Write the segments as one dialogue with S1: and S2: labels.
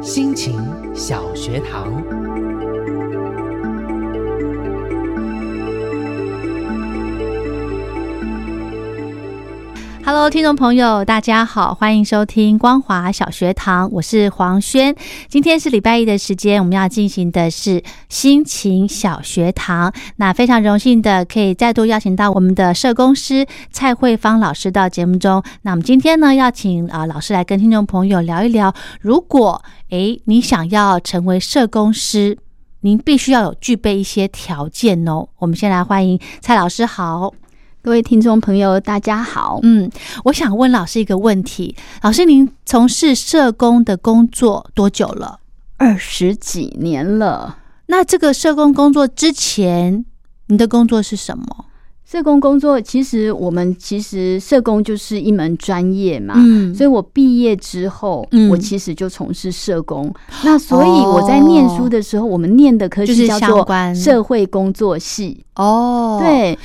S1: 心情小学堂。
S2: Hello，听众朋友，大家好，欢迎收听光华小学堂，我是黄轩。今天是礼拜一的时间，我们要进行的是心情小学堂。那非常荣幸的可以再度邀请到我们的社工师蔡慧芳老师到节目中。那我们今天呢，要请啊、呃老师来跟听众朋友聊一聊，如果诶你想要成为社工师，您必须要有具备一些条件哦。我们先来欢迎蔡老师，好。
S3: 各位听众朋友，大家好。
S2: 嗯，我想问老师一个问题：老师，您从事社工的工作多久了？
S3: 二十几年了，
S2: 那这个社工工作之前，您的工作是什么？
S3: 社工工作其实我们其实社工就是一门专业嘛。
S2: 嗯
S3: 啊所以我毕业之后，
S2: 嗯
S3: 我其实就从事社工。那所以我在念书的时候，我们念的科
S2: 就是
S3: 系叫
S2: 相
S3: 做
S2: 关
S3: 社会工作系。
S2: 哦，，
S3: 对，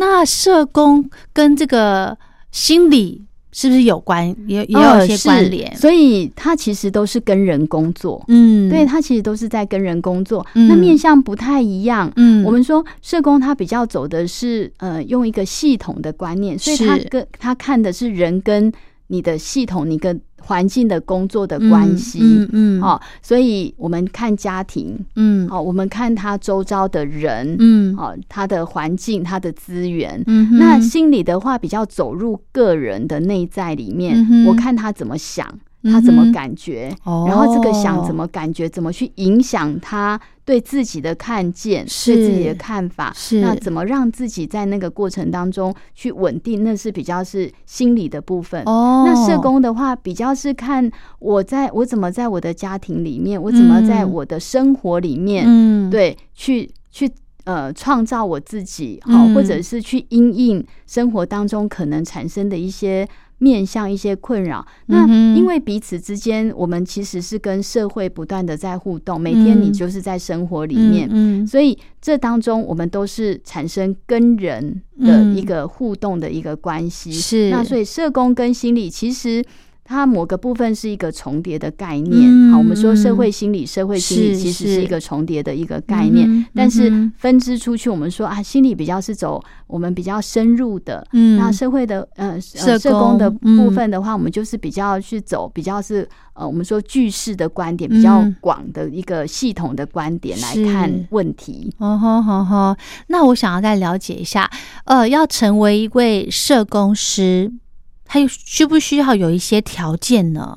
S2: 那社工跟这个心理是不是有关？也也有
S3: 呃
S2: 一些
S3: 是
S2: 关联？
S3: 所以它其实都是跟人工作。
S2: 嗯，
S3: 对，，它其实都是在跟人工作，
S2: 嗯
S3: 那面向不太一样。
S2: 嗯，
S3: 我们说社工他比较走的是呃用一个系统的观念，所以他
S2: 是
S3: 跟他看的是人跟你的系统、你跟环境的工作的
S2: 嗯
S3: 关系。
S2: 嗯嗯，
S3: 哦，所以我们看家庭，
S2: 嗯，
S3: 哦，我们看他周遭的人，
S2: 嗯
S3: 哦，他的环境、他的资源。
S2: 嗯哼，
S3: 那心理的话，比较走入个人的内在里面，
S2: 嗯哼嗯
S3: 我看他怎么想，他怎么感觉，
S2: 哦
S3: 然后这个想怎么感觉，怎么去影响他对自己的看见，
S2: 是
S3: 对自己的看法，
S2: 是
S3: 那怎么让自己在那个过程当中去稳定，那是比较是心理的部分。
S2: 哦，
S3: 那社工的话，比较是看我在我怎么在我的家庭里面，我怎么在我的生活里面，
S2: 嗯，
S3: 对，去去呃创造我自己，好、
S2: 嗯
S3: 或者是去因应生活当中可能产生的一些面向、一些困扰。那
S2: 嗯哼
S3: 因为彼此之间，我们其实是跟社会不断的在互动，每天你
S2: 嗯
S3: 就是在生活里
S2: 嗯
S3: 面，
S2: 嗯
S3: 所以这当中我们都是产生跟人的
S2: 嗯
S3: 一个互动的一个关系。
S2: 是
S3: 那所以社工跟心理其实。它某个部分是一个重叠的概念，
S2: 嗯
S3: 好，我们说社
S2: 嗯
S3: 会心理、社会心理
S2: 是
S3: 其实是
S2: 是
S3: 一个重叠的一个概念，
S2: 嗯哼
S3: 但
S2: 嗯
S3: 是
S2: 哼
S3: 分支出去，我们说啊，心理比较是走我们比较深入的，
S2: 嗯
S3: 那社会的呃呃
S2: 社工
S3: 社工的
S2: 嗯
S3: 部分的话，我们就是比较去走比较是呃我们说句式的观点，比较
S2: 嗯
S3: 广的一个系统的观点来
S2: 是
S3: 看问题。
S2: 哦吼吼吼，那我想要再了解一下，呃，要成为一位社工师，他有需不需要有一些条件呢？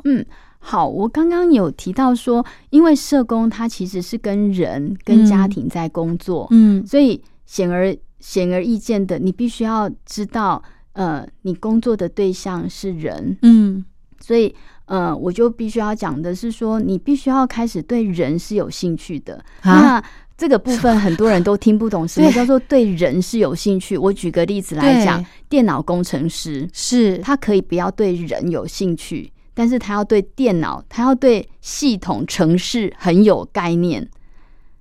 S3: 好，我刚刚有提到说，因为社工他其实是跟人、跟家
S2: 嗯
S3: 庭在工作，
S2: 嗯
S3: 所以显而显而易见的，你必须要知道，呃，你工作的对象是人，
S2: 嗯
S3: 所以呃，我就必须要讲的是说，你必须要开始对人是有兴趣的。
S2: 啊，
S3: 那这个部分很多人都听不 懂什么叫做对人是有兴趣。我举个例子来讲
S2: 对，
S3: 电脑工程师
S2: 是
S3: 他可以不要对人有兴趣，但是他要对电脑，他要对系统、程式很有概念。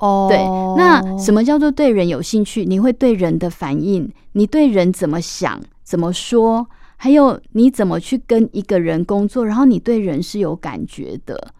S2: 哦，
S3: 对，那什么叫做对人有兴趣？你会对人的反应，你对人怎么想、怎么说，还有你怎么去跟一个人工作，然后你对人是有感觉的。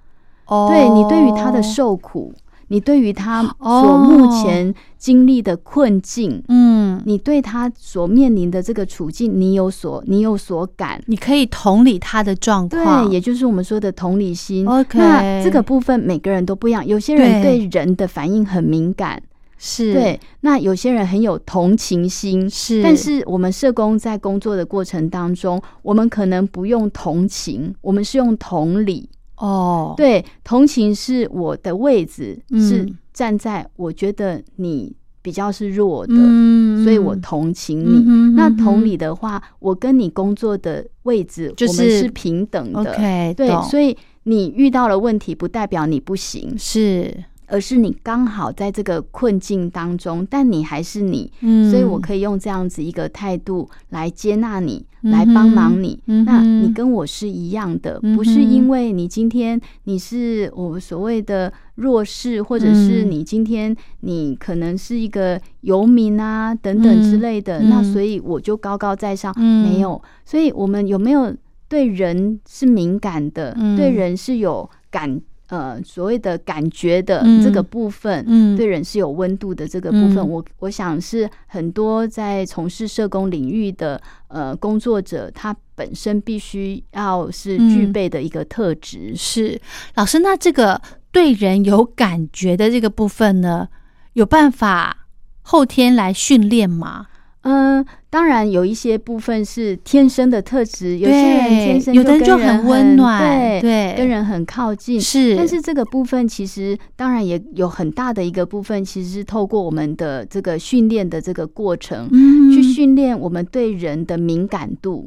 S2: 哦
S3: 对你对于他的受苦，你对于他所目前经历的困境，
S2: 嗯，
S3: 你对他所面临的这个处境，你有所你有所感。
S2: 你可以同理他的状况，
S3: 对，也就是我们说的同理心。
S2: OK
S3: 那这个部分每个人都不一样，有些人
S2: 对
S3: 对人的反应很敏感，
S2: 是，
S3: 对，那有些人很有同情心，
S2: 是
S3: 但是我们社工在工作的过程当中，我们可能不用同情，我们是用同理。
S2: 哦，，
S3: 对，同情是我的位置、
S2: 嗯
S3: 是站在我觉得你比较是弱的，
S2: 嗯，
S3: 所以我同情
S2: 嗯
S3: 你。
S2: 哼
S3: 那
S2: 嗯哼
S3: 同理的话，我跟你工作的位置，
S2: 就
S3: 我们
S2: 是
S3: 是平等的。
S2: OK，
S3: 对，
S2: 懂
S3: 所以你遇到了问题，不代表你不行，
S2: 是，
S3: 而是你刚好在这个困境当中，但你还是你，
S2: 嗯，
S3: 所以我可以用这样子一个态度来接纳你，来帮忙你。
S2: 嗯哼
S3: 那你跟我是一样的，
S2: 嗯哼
S3: 不是因为你今天你是我所谓的弱势，或者是
S2: 嗯
S3: 你今天你可能是一个游民啊等等之类的，
S2: 嗯
S3: 那所以我就高高在上，
S2: 嗯
S3: 没有。所以我们有没有对人是敏感的，
S2: 嗯
S3: 对人是有感呃所谓的感觉的
S2: 嗯
S3: 这个部分，
S2: 嗯
S3: 对人是有温度的这个部分，
S2: 嗯
S3: 我我想是很多在从事社工领域的呃工作者，他本身必须要是具
S2: 嗯
S3: 备的一个特质。
S2: 是老师，那这个对人有感觉的这个部分呢，有办法后天来训练吗？
S3: 嗯，当然有一些部分是天生的特质，有些人
S2: 对
S3: 天生
S2: 有的人
S3: 跟
S2: 就
S3: 很
S2: 温暖，
S3: 对，
S2: 对，
S3: 跟人很靠近。
S2: 是，
S3: 但是这个部分其实当然也有很大的一个部分，其实是透过我们的这个训练的这个过程，
S2: 嗯
S3: 去训练我们对人的敏感度。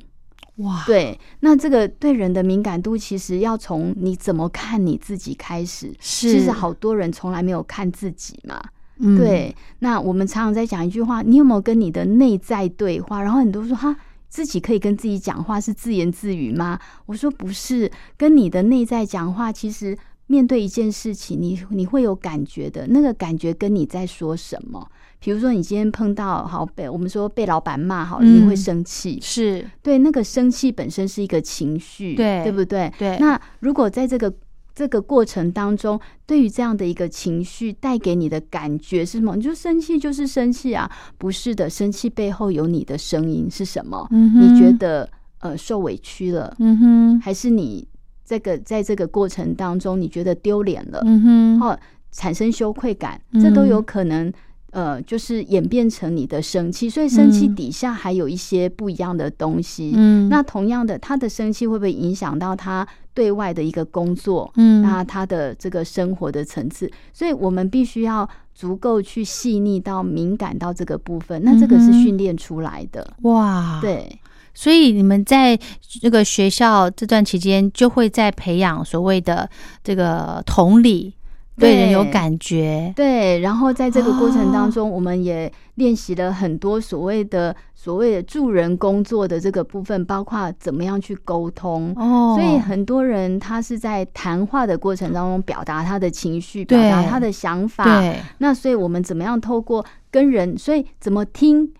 S2: 哇，
S3: 对，那这个对人的敏感度，其实要从你怎么看你自己开始。
S2: 是
S3: 其实好多人从来没有看自己嘛。
S2: 嗯，
S3: 对，那我们常常在讲一句话：你有没有跟你的内在对话？然后很多人说哈。自己可以跟自己讲话是自言自语吗？我说不是，跟你的内在讲话，其实面对一件事情，你你会有感觉的，那个感觉跟你在说什么。比如说你今天碰到好被我们说被老板骂好了，你会
S2: 嗯
S3: 生气，
S2: 是，
S3: 对，那个生气本身是一个情绪，
S2: 对
S3: 对不对？
S2: 对
S3: 那如果在这个这个过程当中，对于这样的一个情绪带给你的感觉是什么？你就生气就是生气啊，不是的，生气背后有你的声音是什么？
S2: 嗯哼
S3: 你觉得呃受委屈了，
S2: 嗯哼，
S3: 还是你这个在这个过程当中你觉得丢脸了？
S2: 嗯哼，
S3: 哦，产生羞愧感，这都
S2: 嗯
S3: 有可能。呃，就是演变成你的生气，所以生气
S2: 嗯
S3: 底下还有一些不一样的东西。
S2: 嗯，
S3: 那同样的，他的生气会不会影响到他对外的一个工作？
S2: 嗯
S3: 那他的这个生活的层次，所以我们必须要足够去细腻到敏感到这个部分。那这个
S2: 嗯
S3: 是
S2: 哼啊
S3: 训练出来的，
S2: 哇，。
S3: 对，
S2: 所以你们在这个学校这段期间，就会在培养所谓的这个同理，对人有感觉，
S3: 对。然后在这个过程
S2: 哦
S3: 当中，我们也练习了很多所谓的所谓的助人工作的这个部分，包括怎么样去沟通。
S2: 哦，
S3: 所以很多人他是在谈话的过程当中表达他的情绪，表达
S2: 对
S3: 他的想法，
S2: 对，
S3: 那所以我们怎么样透过跟人，所以怎么听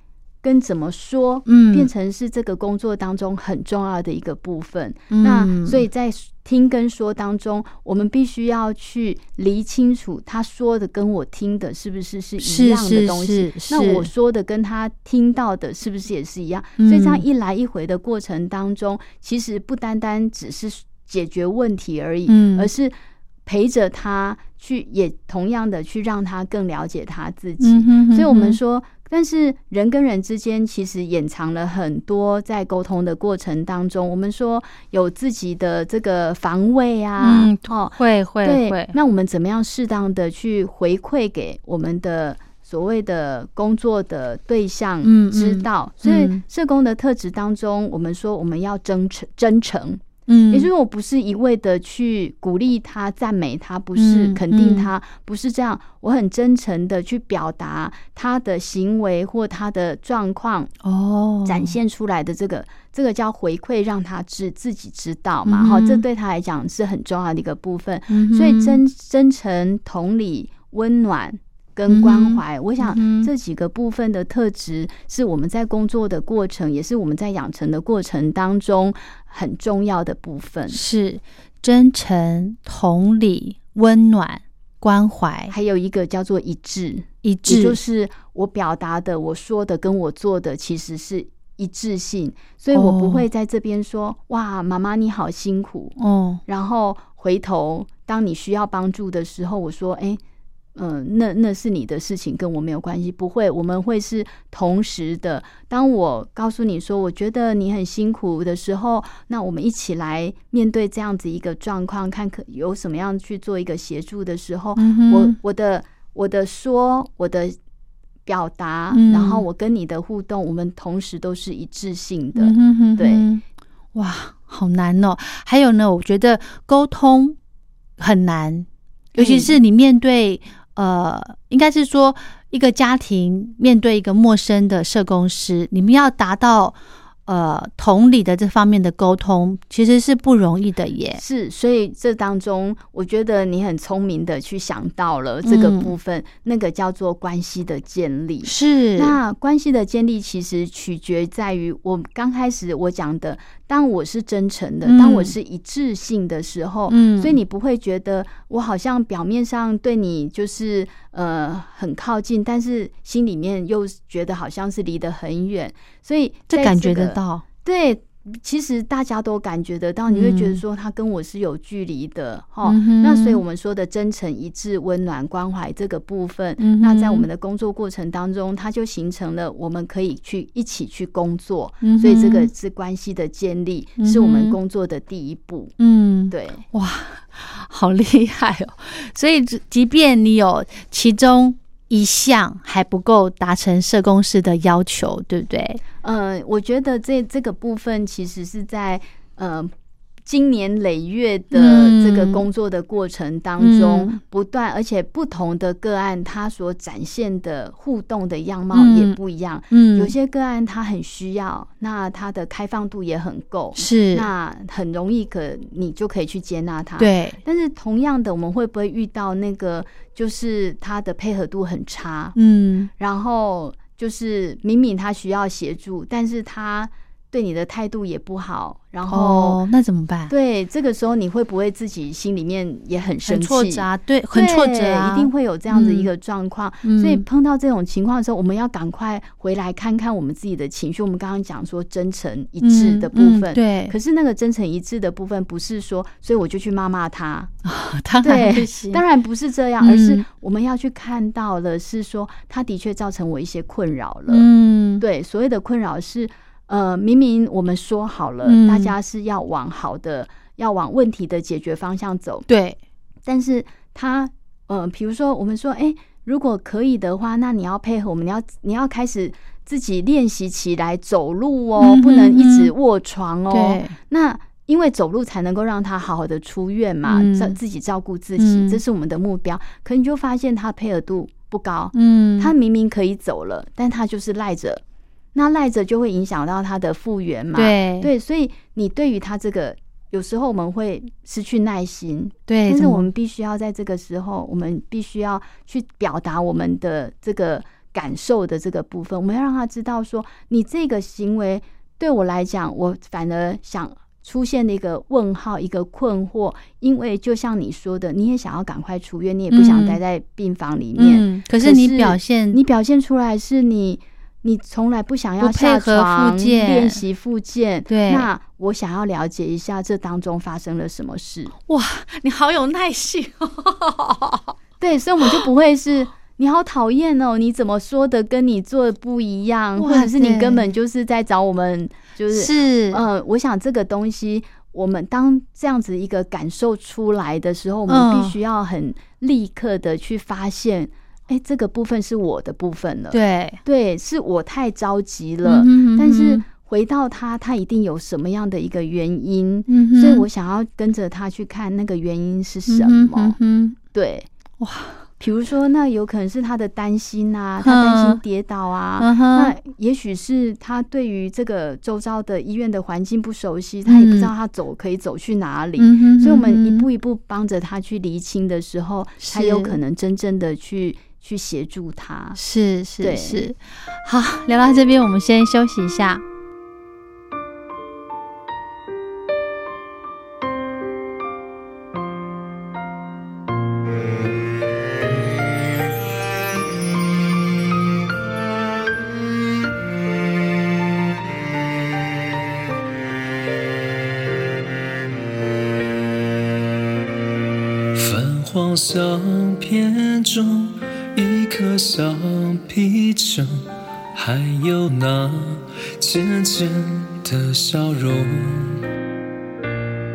S3: 跟怎么说，
S2: 嗯
S3: 变成是这个工作当中很重要的一个部分。
S2: 嗯
S3: 那所以在听跟说当中，我们必须要去厘清楚他说的跟我听的是不是是一
S2: 是
S3: 样的
S2: 是
S3: 东西。
S2: 是，
S3: 那
S2: 是
S3: 我说的跟他听到的是不是也是一样？
S2: 嗯
S3: 所以这样一来一回的过程当中，其实不单单只是解决问题而已，
S2: 嗯
S3: 而是陪着他去，也同样的去让他更了解他自己。
S2: 嗯哼，
S3: 所以我们
S2: 嗯哼，
S3: 说，但是人跟人之间其实掩藏了很多在沟通的过程当中，我们说有自己的这个防卫啊，
S2: 嗯
S3: 哦，
S2: 会会
S3: 对
S2: 会，，
S3: 那我们怎么样适当的去回馈给我们的所谓的工作的对象
S2: 嗯
S3: 知道？所以
S2: 嗯
S3: 社工的特质当中，我们说我们要真诚，真诚，
S2: 嗯，
S3: 也就是我不是一味的去鼓励他、赞美他，不
S2: 嗯
S3: 是
S2: 嗯
S3: 肯定他，不是这样。我很真诚的去表达他的行为或他的状况
S2: 哦，
S3: 展现出来的这个，这个叫回馈，让他知自己知道嘛，哈、
S2: 嗯哼
S3: 这对他来讲是很重要的一个部分。
S2: 嗯哼，
S3: 所以真真诚、同理、温暖
S2: 嗯哼
S3: 跟关怀，我想
S2: 嗯哼
S3: 这几个部分的特质是我们在工作的过程，也是我们在养成的过程当中很重要的部分。
S2: 是真诚、同理、温暖、关怀、
S3: 还有一个叫做一致，
S2: 一
S3: 也
S2: 致，
S3: 就是我表达的、我说的跟我做的其实是一致性，所以我
S2: 哦
S3: 不会在这边说、哇，妈妈你好辛苦，
S2: 哦，
S3: 然后回头当你需要帮助的时候，我说：“哎、嗯、那那是你的事情，跟我没有关系。不会，我们会是同时的。当我告诉你说，我觉得你很辛苦的时候，那我们一起来面对这样子一个状况，看可有什么样去做一个协助的时候，
S2: 嗯哼
S3: 我我的我的说，我的表达，
S2: 嗯
S3: 然后我跟你的互动，我们同时都是一致性的。
S2: 嗯哼哼
S3: 对
S2: 哼，哇，好难哦。还有呢，我觉得沟通很难，尤其是你面对、呃，应该是说一个家庭面对一个陌生的社工师，你们要达到呃同理的这方面的沟通，其实是不容易的耶。
S3: 是，所以这当中，我觉得你很聪明的去想到了这个
S2: 嗯
S3: 部分，那个叫做关系的建立。
S2: 是，
S3: 那关系的建立其实取决在于我刚开始我讲的，当我是真诚的，
S2: 嗯
S3: 当我是一致性的时候，
S2: 嗯
S3: 所以你不会觉得我好像表面上对你就是呃很靠近，但是心里面又觉得好像是离得很远，所以
S2: 这
S3: 在
S2: 感觉
S3: 个
S2: 得到，
S3: 对，其实大家都感觉得到，你会觉得
S2: 嗯
S3: 说他跟我是有距离的哈、
S2: 嗯哼
S3: 那所以我们说的真诚、一致、温暖、关怀这个部分，
S2: 嗯哼
S3: 那在我们的工作过程当中，它就形成了我们可以去一起去工作，
S2: 嗯哼
S3: 所以这个是关系的建立，
S2: 嗯哼
S3: 是我们工作的第一步。
S2: 嗯，
S3: 对，
S2: 哇， 好厉害哦！所以，即便你有其中一项还不够达成社工师的要求，对不对？
S3: 呃，我觉得这这个部分其实是在呃。经年累月的
S2: 嗯
S3: 这个工作的过程当中，
S2: 嗯
S3: 不断而且不同的个案，它所展现的互动的样貌
S2: 嗯
S3: 也不一样。
S2: 嗯
S3: 有些个案它很需要，那它的开放度也很够，
S2: 是
S3: 那很容易可你就可以去接纳它。，
S2: 对，
S3: 但是同样的，我们会不会遇到那个就是它的配合度很差？
S2: 嗯
S3: 然后就是明明他需要协助，但是他对你的态度也不好，然后、
S2: 哦，那怎么办？
S3: 对这个时候你会不会自己心里面也很生
S2: 很
S3: 气？
S2: 挫折啊，对，很
S3: 对
S2: 挫折啊，
S3: 一定会有这样子一个状况。
S2: 嗯
S3: 所以碰到这种情况的时候，我们要赶快回来看看我们自己的情绪。我们刚刚讲说真诚一致的部
S2: 嗯嗯
S3: 分，
S2: 对
S3: 可是那个真诚一致的部分，不是说，所以我就去骂骂他，
S2: 当 然不
S3: 对
S2: 行，，
S3: 当然不是这样，
S2: 嗯
S3: 而是我们要去看到的是说，他的确造成我一些困扰了。
S2: 嗯，
S3: 对，所谓的困扰是，呃，明明我们说好了，
S2: 嗯
S3: 大家是要往好的，要往问题的解决方向走，
S2: 对，
S3: 但是他，呃，比如说我们说，哎、如果可以的话，那你要配合我们，你要你要开始自己练习起来走路哦，
S2: 嗯哼
S3: 不能一直
S2: 哼
S3: 卧床哦。
S2: 对，
S3: 那因为走路才能够让他好好的出院嘛，
S2: 嗯
S3: 照、自己照顾自己，
S2: 嗯
S3: 这是我们的目标。可你就发现他配合度不高，
S2: 嗯，
S3: 他明明可以走了，但他就是赖着，那赖着就会影响到他的复原嘛。
S2: 对
S3: 对，所以你对于他这个，有时候我们会失去耐心，
S2: 对，
S3: 但是
S2: 哎怎么
S3: 我们必须要在这个时候，我们必须要去表达我们的这个感受的这个部分，我们要让他知道说，你这个行为对我来讲，我反而想。出现了一个问号，一个困惑，因为就像你说的，你也想要赶快出院，你也不想
S2: 嗯
S3: 待在病房里面，
S2: 嗯，可是你表现
S3: 你表现出来是你，你从来不想
S2: 不
S3: 要
S2: 配
S3: 下
S2: 合
S3: 床
S2: 复健
S3: 练习复健。
S2: 对
S3: 那我想要了解一下这当中发生了什么事。
S2: 哇，你好有耐性哦，
S3: 对，所以我们就不 会是你好讨厌哦，你怎么说的跟你做的不一样，
S2: 哇
S3: 或者是你
S2: 对
S3: 根本就是在找我们，就是
S2: 是
S3: 呃，我想这个东西，我们当这样子一个感受出来的时候，我
S2: 嗯
S3: 们必须要很立刻的去发现，哎、这个部分是我的部分了。
S2: 对，
S3: 对，是我太着急了，
S2: 嗯哼嗯哼
S3: 但是回到他，他一定有什么样的一个原因，
S2: 嗯哼
S3: 所以我想要跟着他去看那个原因是什
S2: 嗯
S3: 么。
S2: 哼嗯哼
S3: 对，
S2: 哇，
S3: 比如说，那有可能是他的担心啊，他担心
S2: 嗯
S3: 跌倒啊，
S2: 嗯哼
S3: 那也许是他对于这个周遭的医院的环境不熟悉，他也不知道他走可以走去哪里。
S2: 嗯哼
S3: 所以，我们一步
S2: 一
S3: 一步帮着他去厘清的时候，才
S2: 是
S3: 有可能真正的去去协助他。
S2: 是是
S3: 对
S2: 是，好，聊到这边，我们先休息一下。
S4: 泛黄到相片中，一颗橡皮球，还有那浅浅的笑容，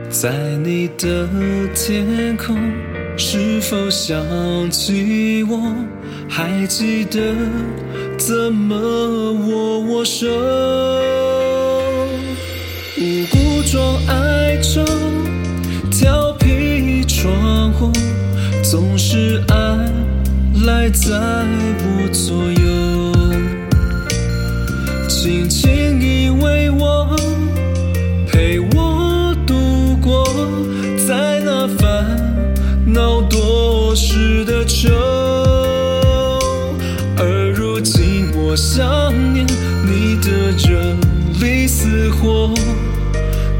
S4: 在你的天空，是否想起我？还记得怎么握握手？无故装爱着，调皮闯祸，总是爱赖在我左右，轻轻依偎我，陪我度过在那烦恼多事的秋。而如今我想念你的热力似火，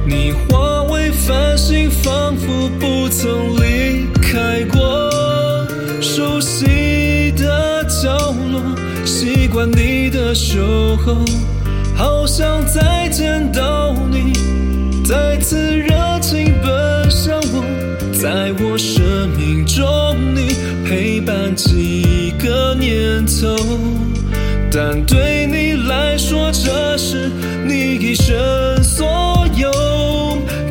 S4: 你化为繁星，仿佛不曾离开过。熟悉的角落，习惯你的守候，好想再见到你，再次热情奔向我，在我生命中你陪伴几个年头，但对你来说这是你一生所有，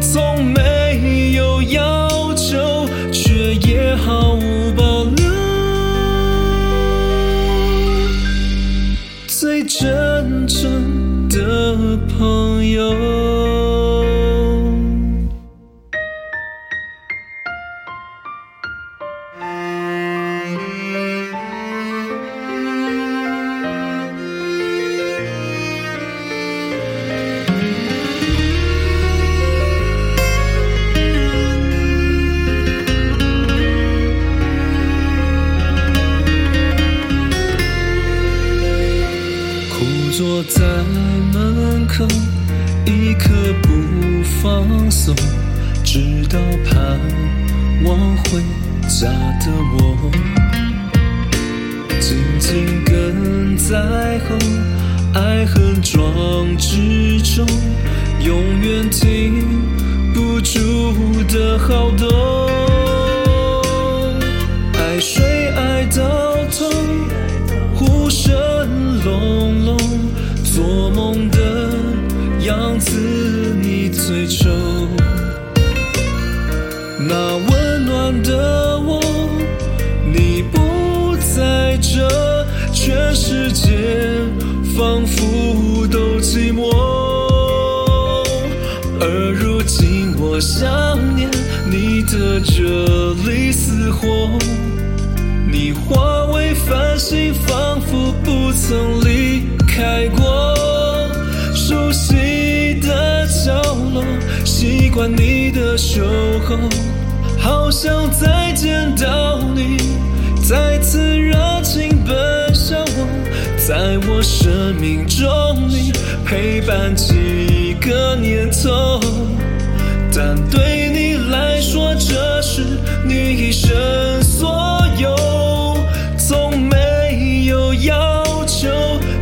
S4: 从没有要求，却也毫无保留。最真诚的朋友。枯坐在门口，一刻不放松，直到盼望回家的我，紧紧跟在后，爱恨装之中，永远停不住的好动，爱谁爱到痛。呼声隆隆，做梦的样子你最丑。那温暖的我，你不在这，全世界仿佛都寂寞。而如今我想念你的热力似火。你化为繁星，仿佛不曾离开过。熟悉的角落，习惯你的守候，好想再见到你，再次热情奔向我，在我生命中你陪伴几个年头。但对你来说，这是你一生所有，从没有要求，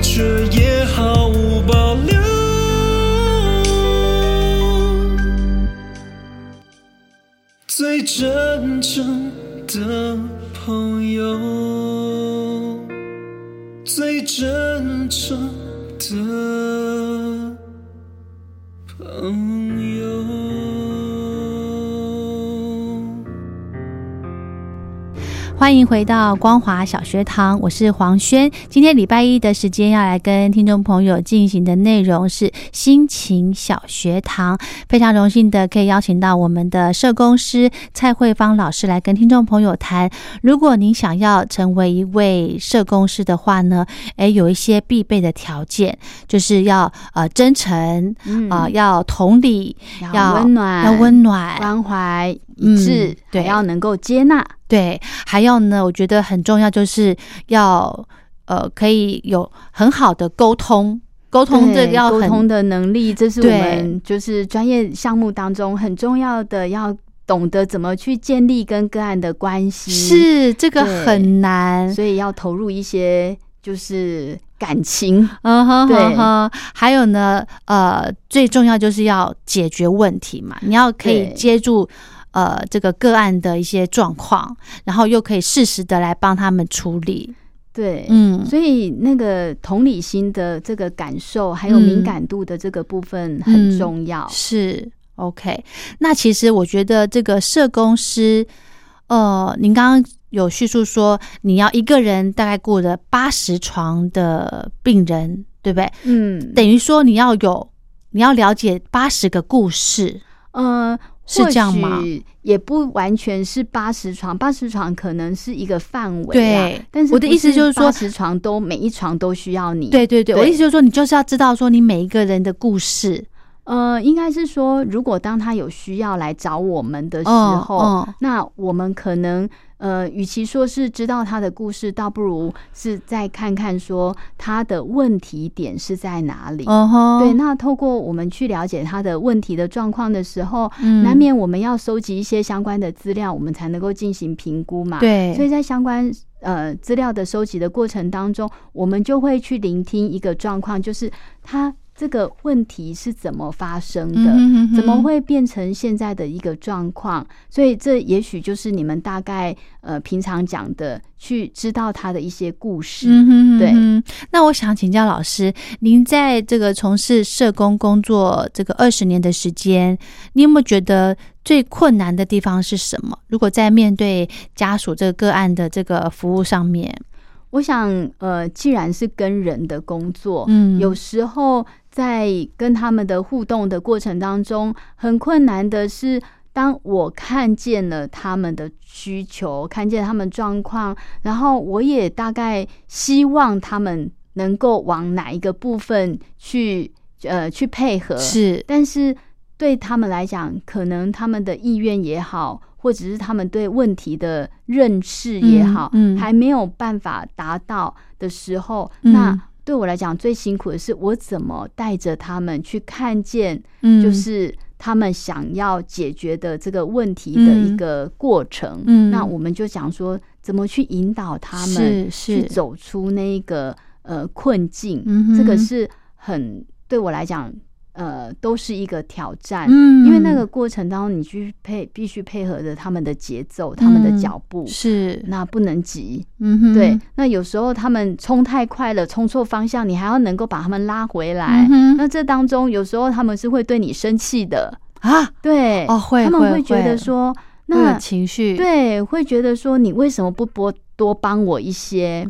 S4: 却也毫无保留。最真诚的朋友，最真诚的朋友。
S2: 欢迎回到光华小学堂，我是黄轩。今天礼拜一的时间要来跟听众朋友进行的内容是心情小学堂，非常荣幸的可以邀请到我们的社工师蔡慧芳老师来跟听众朋友谈。如果您想要成为一位社工师的话呢，诶，有一些必备的条件，就是要呃真诚，
S3: 嗯
S2: 啊、要同理，要
S3: 要温暖，
S2: 要温暖，
S3: 关怀一致，
S2: 嗯对
S3: 还要能够接纳。
S2: 对，还有呢，我觉得很重要，就是要呃，可以有很好的沟通，沟通这个
S3: 对
S2: 要
S3: 沟
S2: 很
S3: 通的能力，这是我
S2: 对
S3: 们就是专业项目当中很重要的，要懂得怎么去建立跟个案的关系，，
S2: 是这个
S3: 对
S2: 很难，
S3: 所以要投入一些就是感情，
S2: 嗯哼
S3: 对
S2: 哼哼。还有呢，呃，最重要就是要解决问题嘛，你要可以
S3: 对
S2: 接住。呃这个个案的一些状况，然后又可以适时的来帮他们处理。
S3: 对，
S2: 嗯，
S3: 所以那个同理心的这个感受，还有
S2: 嗯
S3: 敏感度的这个部分
S2: 嗯
S3: 很重要。
S2: 是 OK。那其实我觉得这个社工师，呃，您刚刚有叙述说你要一个人大概顾着八十床的病人，对不对？
S3: 嗯，
S2: 等于说你要有，你要了解八十个故事，
S3: 呃，
S2: 是这样吗？
S3: 也不完全是八十床，八十床可能是一个范围啊。
S2: 对
S3: 但是
S2: 我的意思就是说
S3: 八十床都每一床都需要你。，
S2: 对对对，
S3: 对
S2: 我意思就是说，你就是要知道说你每一个人的故事
S3: 呃，应该是说，如果当他有需要来找我们的时
S2: 嗯
S3: 候，
S2: 嗯
S3: 那我们可能呃，与其说是知道他的故事，倒不如是再看看说他的问题点是在哪里。
S2: 嗯哼，
S3: 对，那透过我们去了解他的问题的状况的时候，
S2: 嗯
S3: 难免我们要收集一些相关的资料，我们才能够进行评估嘛。，啊所
S2: 对
S3: 以在相关呃资料的收集的过程当中，我们就会去聆听一个状况，就是他这个问题是怎么发生的。
S2: 嗯哼
S3: 怎么
S2: 哼
S3: 会变成现在的一个状况？所以这也许就是你们大概呃平常讲的，去知道他的一些故事。
S2: 嗯哼
S3: 对
S2: 嗯哼那我想请教老师，您在这个从事社工工作这个二十年的时间，你有没有觉得最困难的地方是什么？如果在面对家属这个个案的这个服务上面，
S3: 我想，呃，既然是跟人的工作，
S2: 嗯
S3: 有时候在跟他们的互动的过程当中，很困难的是，当我看见了他们的需求，看见他们状况，然后我也大概希望他们能够往哪一个部分去，呃，去配合。，
S2: 是
S3: 但是对他们来讲，可能他们的意愿也好，或者是他们对问题的认识也好，
S2: 嗯嗯
S3: 还没有办法达到的时候，
S2: 嗯
S3: 那对我来讲最辛苦的是，我怎么带着他们去看见，
S2: 嗯
S3: 就是他们想要解决的这个问题的一个过程。
S2: 嗯嗯
S3: 那我们就想说，怎么去引导他们
S2: 是
S3: 去
S2: 是
S3: 走出那一个呃困境，
S2: 嗯哼
S3: 这个是很对我来讲，呃，都是一个挑战，
S2: 嗯
S3: 因为那个过程当中，你去配必须配合着他们的节奏、他们的脚步，
S2: 嗯是
S3: 那不能急。
S2: 嗯哼
S3: 对，那有时候他们冲太快了，冲错方向，你还要能够把他们拉回来
S2: 嗯。哼
S3: 那这当中，有时候他们是会对你生气的，
S2: 啊
S3: 对，
S2: 哦会
S3: 他们
S2: 会
S3: 会觉
S2: 会
S3: 得说，
S2: 会有
S3: 那
S2: 情绪
S3: 对，会觉得说你为什么不多多帮我一些？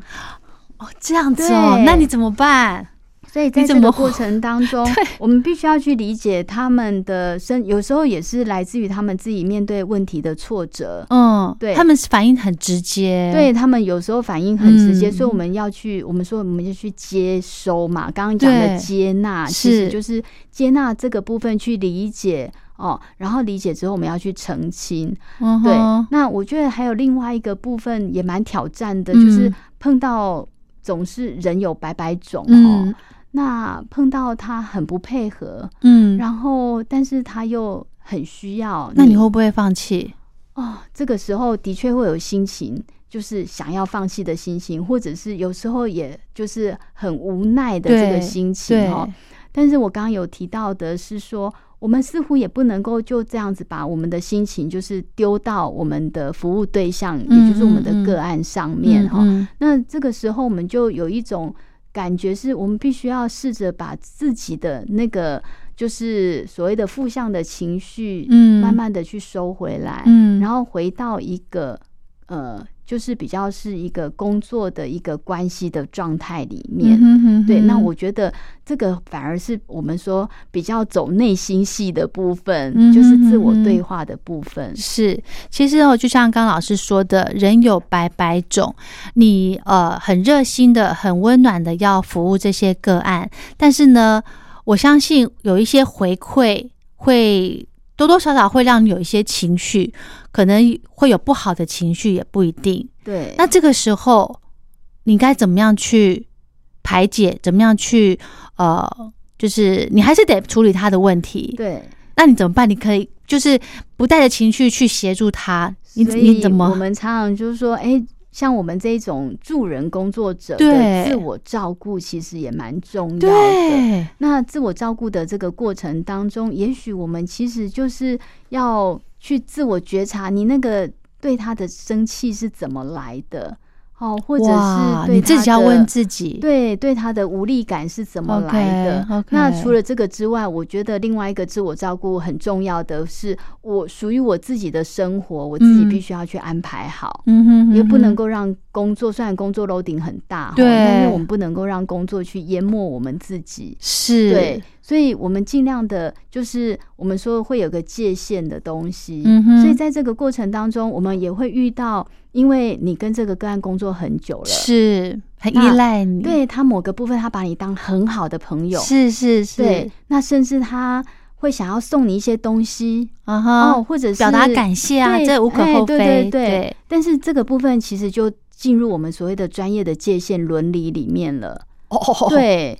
S2: 哦这样子哦，
S3: 对
S2: 那你怎么办？
S3: 所以在
S2: 你怎
S3: 这
S2: 么
S3: 个
S2: 会
S3: 过程当中
S2: 对，
S3: 我们必须要去理解他们的生，有时候也是来自于他们自己面对问题的挫折。
S2: 嗯，
S3: 对
S2: 他们反应很直接，
S3: 对他们有时候反应很直接，
S2: 嗯
S3: 所以我们要去，我们说我们就去接收嘛。刚刚讲
S2: 对
S3: 的接纳，其
S2: 是
S3: 实就是接纳这个部分去理解哦，然后理解之后我们要去澄清。
S2: 嗯
S3: 对
S2: 哼，
S3: 那我觉得还有另外一个部分也蛮挑战的，
S2: 嗯
S3: 就是碰到总是人有百百种哦，
S2: 嗯
S3: 那碰到他很不配合，
S2: 嗯，
S3: 然后但是他又很需要，
S2: 那你会不会放弃？
S3: 哦，这个时候的确会有心情，就是想要放弃的心情，或者是有时候也就是很无奈的这
S2: 对
S3: 个心
S2: 对
S3: 情哦。但是我刚刚有提到的是说，我们似乎也不能够就这样子把我们的心情就是丢到我们的服务对象，
S2: 嗯
S3: 也就是我
S2: 嗯
S3: 们的个案上面哈、
S2: 嗯
S3: 那这个时候我们就有一种感觉，是我们必须要试着把自己的那个就是所谓的负向的情绪，
S2: 嗯
S3: 慢慢的去收回来，
S2: 嗯
S3: 哎然后回到一个呃，就是比较是一个工作的一个关系的状态里面。
S2: 嗯哼哼
S3: 对，
S2: 哼
S3: 那我觉得这个反而是我们说比较走内心戏的部分，
S2: 嗯
S3: 就是自我
S2: 嗯嗯
S3: 对话的部分。
S2: 是，其实哦，就像刚老师说的，人有百百种，你呃很热心的、很温暖的要服务这些个案，但是呢，我相信有一些回馈会多多少少会让你有一些情绪，可能会有不好的情绪，也不一定。
S3: 对，
S2: 那这个时候，你该怎么样去排解？怎么样去呃，就是你还是得处理他的问题。
S3: 对，
S2: 那你怎么办？你可以就是不带着情绪去协助他，你
S3: 所以
S2: 你怎
S3: 我
S2: 么？
S3: 们常常就是说，哎、像我们这种助人工作者
S2: 对
S3: 的自我照顾，其实也蛮重要的。
S2: 对，
S3: 那自我照顾的这个过程当中，也许我们其实就是要去自我觉察，你那个对他的生气是怎么来的？哦，或者
S2: 哇
S3: 是对
S2: 你自
S3: 他
S2: 己要
S3: 的
S2: 问自己，
S3: 对对他的无力感是怎么来的
S2: OK，OK
S3: 那除了这个之外，我觉得另外一个自我照顾很重要的是，我属于我自己的生活，我自己
S2: 嗯
S3: 必须要去安排好。
S2: 嗯哼，嗯哼，
S3: 也不能够让工作，虽然工作楼顶很大，
S2: 对
S3: 但是我们不能够让工作去淹没我们自己。
S2: 是，
S3: 对，，所以我们尽量的，就是我们说会有个界限的东西。
S2: 嗯哼
S3: 所以在这个过程当中，我们也会遇到，因为你跟这个个案工作很久了，
S2: 是很依
S3: 那
S2: 赖你，，
S3: 对他某个部分，他把你当很好的朋友，
S2: 是是是，
S3: 对，那甚至他会想要送你一些东西，
S2: 啊哈，
S3: 哦，或者是
S2: 表达感谢啊，
S3: 对
S2: 这无可
S3: 哎
S2: 厚非，
S3: 对对对但是这个部分其实就进入我们所谓的专业的界限伦理里面了。
S2: 哦，
S3: 对，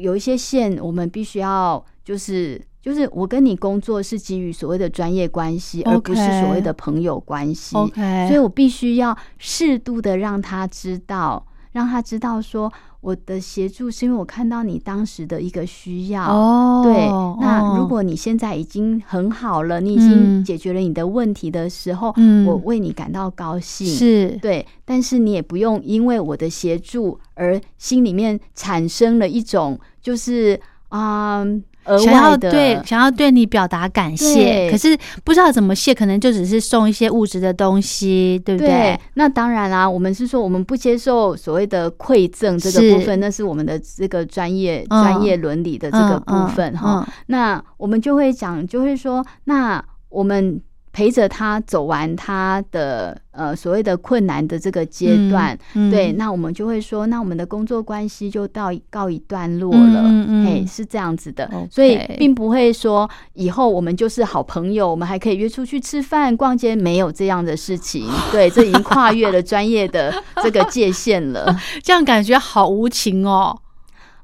S3: 有一些线我们必须要就是。就是我跟你工作是基于所谓的专业关系
S2: OK
S3: 而不是所谓的朋友关系。
S2: ，OK，
S3: 所以我必须要适度的让他知道，让他知道说我的协助是因为我看到你当时的一个需要。
S2: 哦，
S3: 对，那如
S2: 哦
S3: 果你现在已经很好了，你已
S2: 嗯
S3: 经解决了你的问题的时候，
S2: 嗯
S3: 我为你感到高兴。，
S2: 是
S3: 对，但是你也不用因为我的协助而心里面产生了一种就是啊、额
S2: 想要
S3: 外的
S2: 对想要对你表达感谢，
S3: 对
S2: 可是不知道怎么谢，可能就只是送一些物质的东西，对不
S3: 对？那当然啦，我们是说我们不接受所谓的馈赠这
S2: 是
S3: 个部分，那是我们的这个专业、
S2: 嗯
S3: 专业伦理的这个部分哈、
S2: 嗯嗯
S3: 那我们就会讲，就会说，那我们陪着他走完他的呃所谓的困难的这个阶段。
S2: 嗯
S3: 对，
S2: 嗯
S3: 那我们就会说，那我们的工作关系就到告一段落
S2: 嗯
S3: 了，
S2: 嗯嗯
S3: 嘿，是这样子的
S2: OK
S3: 所以并不会说以后我们就是好朋友，我们还可以约出去吃饭、逛街，没有这样的事情。对，这已经跨越了专 业的这个界限了。
S2: 这样感觉好无情哦，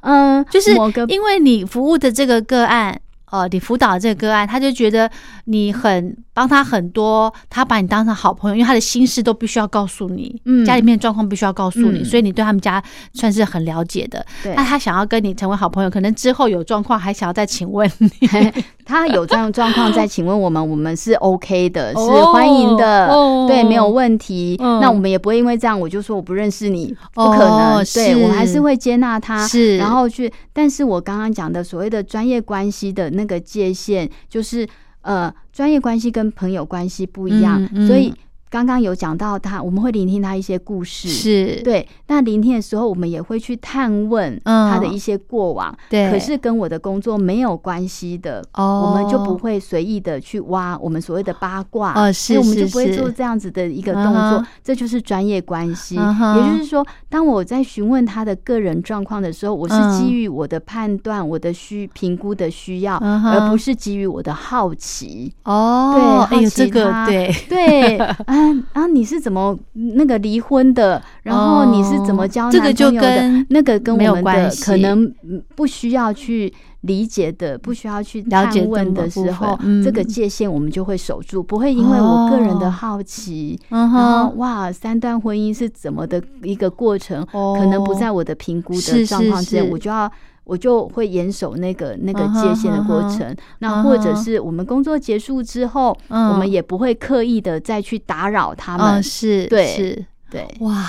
S3: 嗯，
S2: 就是
S3: 某个
S2: 因为你服务的这个个案。呃，你辅导的这个个案，他就觉得你很帮他很多，他把你当成好朋友，因为他的心事都必须要告诉你，
S3: 嗯
S2: 家里面的状况必须要告诉你，
S3: 嗯
S2: 所以你对他们家算是很了解的。
S3: 对
S2: 那他想要跟你成为好朋友，可能之后有状况还想要再请问你，
S3: 他有这样的状况再请问我们，我们是 OK 的，是
S2: 哦
S3: 欢迎的，
S2: 哦
S3: 对，没有问题。
S2: 嗯
S3: 那我们也不会因为这样我就说我不认识你，不
S2: 哦
S3: 可能，对
S2: 是
S3: 我还是会接纳他，
S2: 是
S3: 啊然后去。但是我刚刚讲的所谓的专业关系的那个界限，就是呃，专业关系跟朋友关系不一样，
S2: 嗯嗯
S3: 所以刚刚有讲到他，我们会聆听他一些故事，
S2: 是，
S3: 对。那聆听的时候，我们也会去探问
S2: 嗯
S3: 他的一些过往，
S2: 对
S3: 可是跟我的工作没有关系的，
S2: 哦
S3: 我们就不会随意的去挖我们所谓的八卦，
S2: 哦
S3: 所
S2: 是
S3: 以我们
S2: 是
S3: 就不会
S2: 是
S3: 做这样子的一个动
S2: 嗯
S3: 作
S2: 哼，
S3: 这就是专业关系。
S2: 嗯哼
S3: 也就是说，当我在询问他的个人状况的时候，我是
S2: 嗯
S3: 基于我的判断、我的需评估的需要，
S2: 嗯哼
S3: 而不是基于我的好奇。
S2: 哦，
S3: 对
S2: 哎呦，
S3: 好奇
S2: 这个
S3: 他
S2: 对，
S3: 对，啊啊，你是怎么那个离婚的？然后你是怎么交
S2: 哦这个
S3: 男
S2: 就
S3: 朋友的？
S2: 跟
S3: 那个跟
S2: 没有
S3: 我们
S2: 关
S3: 的
S2: 系
S3: 可能嗯不需要去理解的，不需要去
S2: 了解
S3: 探问
S2: 这么
S3: 的
S2: 部
S3: 时
S2: 分
S3: 候，
S2: 嗯哦
S3: 这个界限我们就会守住，不会因为我个人的好奇，
S2: 嗯
S3: 然后
S2: 哼，
S3: 哇，三段婚姻是怎么的一个过程，
S2: 哦
S3: 可能不在我的评估
S2: 是
S3: 的状况
S2: 是
S3: 之内，
S2: 是
S3: 我就要。我就会严守那个那个
S2: 嗯哼
S3: 界限的过程
S2: 嗯哼
S3: 那或者是我们工作结束之后，
S2: 嗯
S3: 我们也不会刻意的再去打扰他们。
S2: 嗯是，
S3: 对
S2: 是，
S3: 对，
S2: 哇，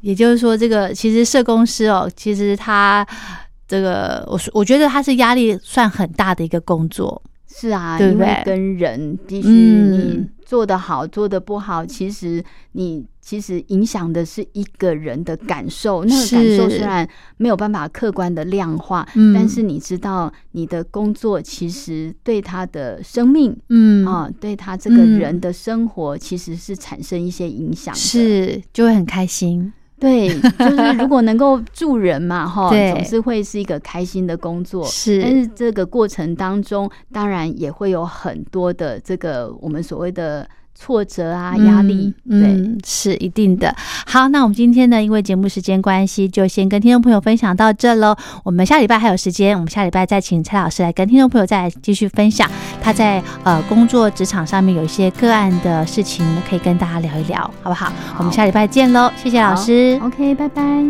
S2: 也就是说，这个其实社工师哦，其实他这个，我我觉得他是压力算很大的一个工作，
S3: 是啊，
S2: 对不
S3: 因为
S2: 对
S3: 跟人必须
S2: 嗯
S3: 你做得好，做得不好，其实你其实影响的是一个人的感受。那个感受
S2: 是
S3: 虽然没有办法客观的量化，
S2: 嗯
S3: 但是你知道你的工作其实对他的生命。
S2: 嗯
S3: 啊，对他这个人
S2: 嗯
S3: 的生活其实是产生一些影响的，
S2: 是就会很开心，
S3: 对，就是如果能够助人 嘛，哈，
S2: 对
S3: 总是会是一个开心的工作，但
S2: 是
S3: 是这个过程当中，当然也会有很多的这个我们所谓的挫折啊、压力，对。
S2: 嗯，是一定的。好，那我们今天呢，因为节目时间关系，就先跟听众朋友分享到这喽。我们下礼拜还有时间，我们下礼拜再请蔡老师来跟听众朋友再来继续分享他在呃工作职场上面有一些个案的事情，可以跟大家聊一聊，好不好？我们下礼拜见喽，谢谢老
S3: 好
S2: 师。
S3: OK，拜拜。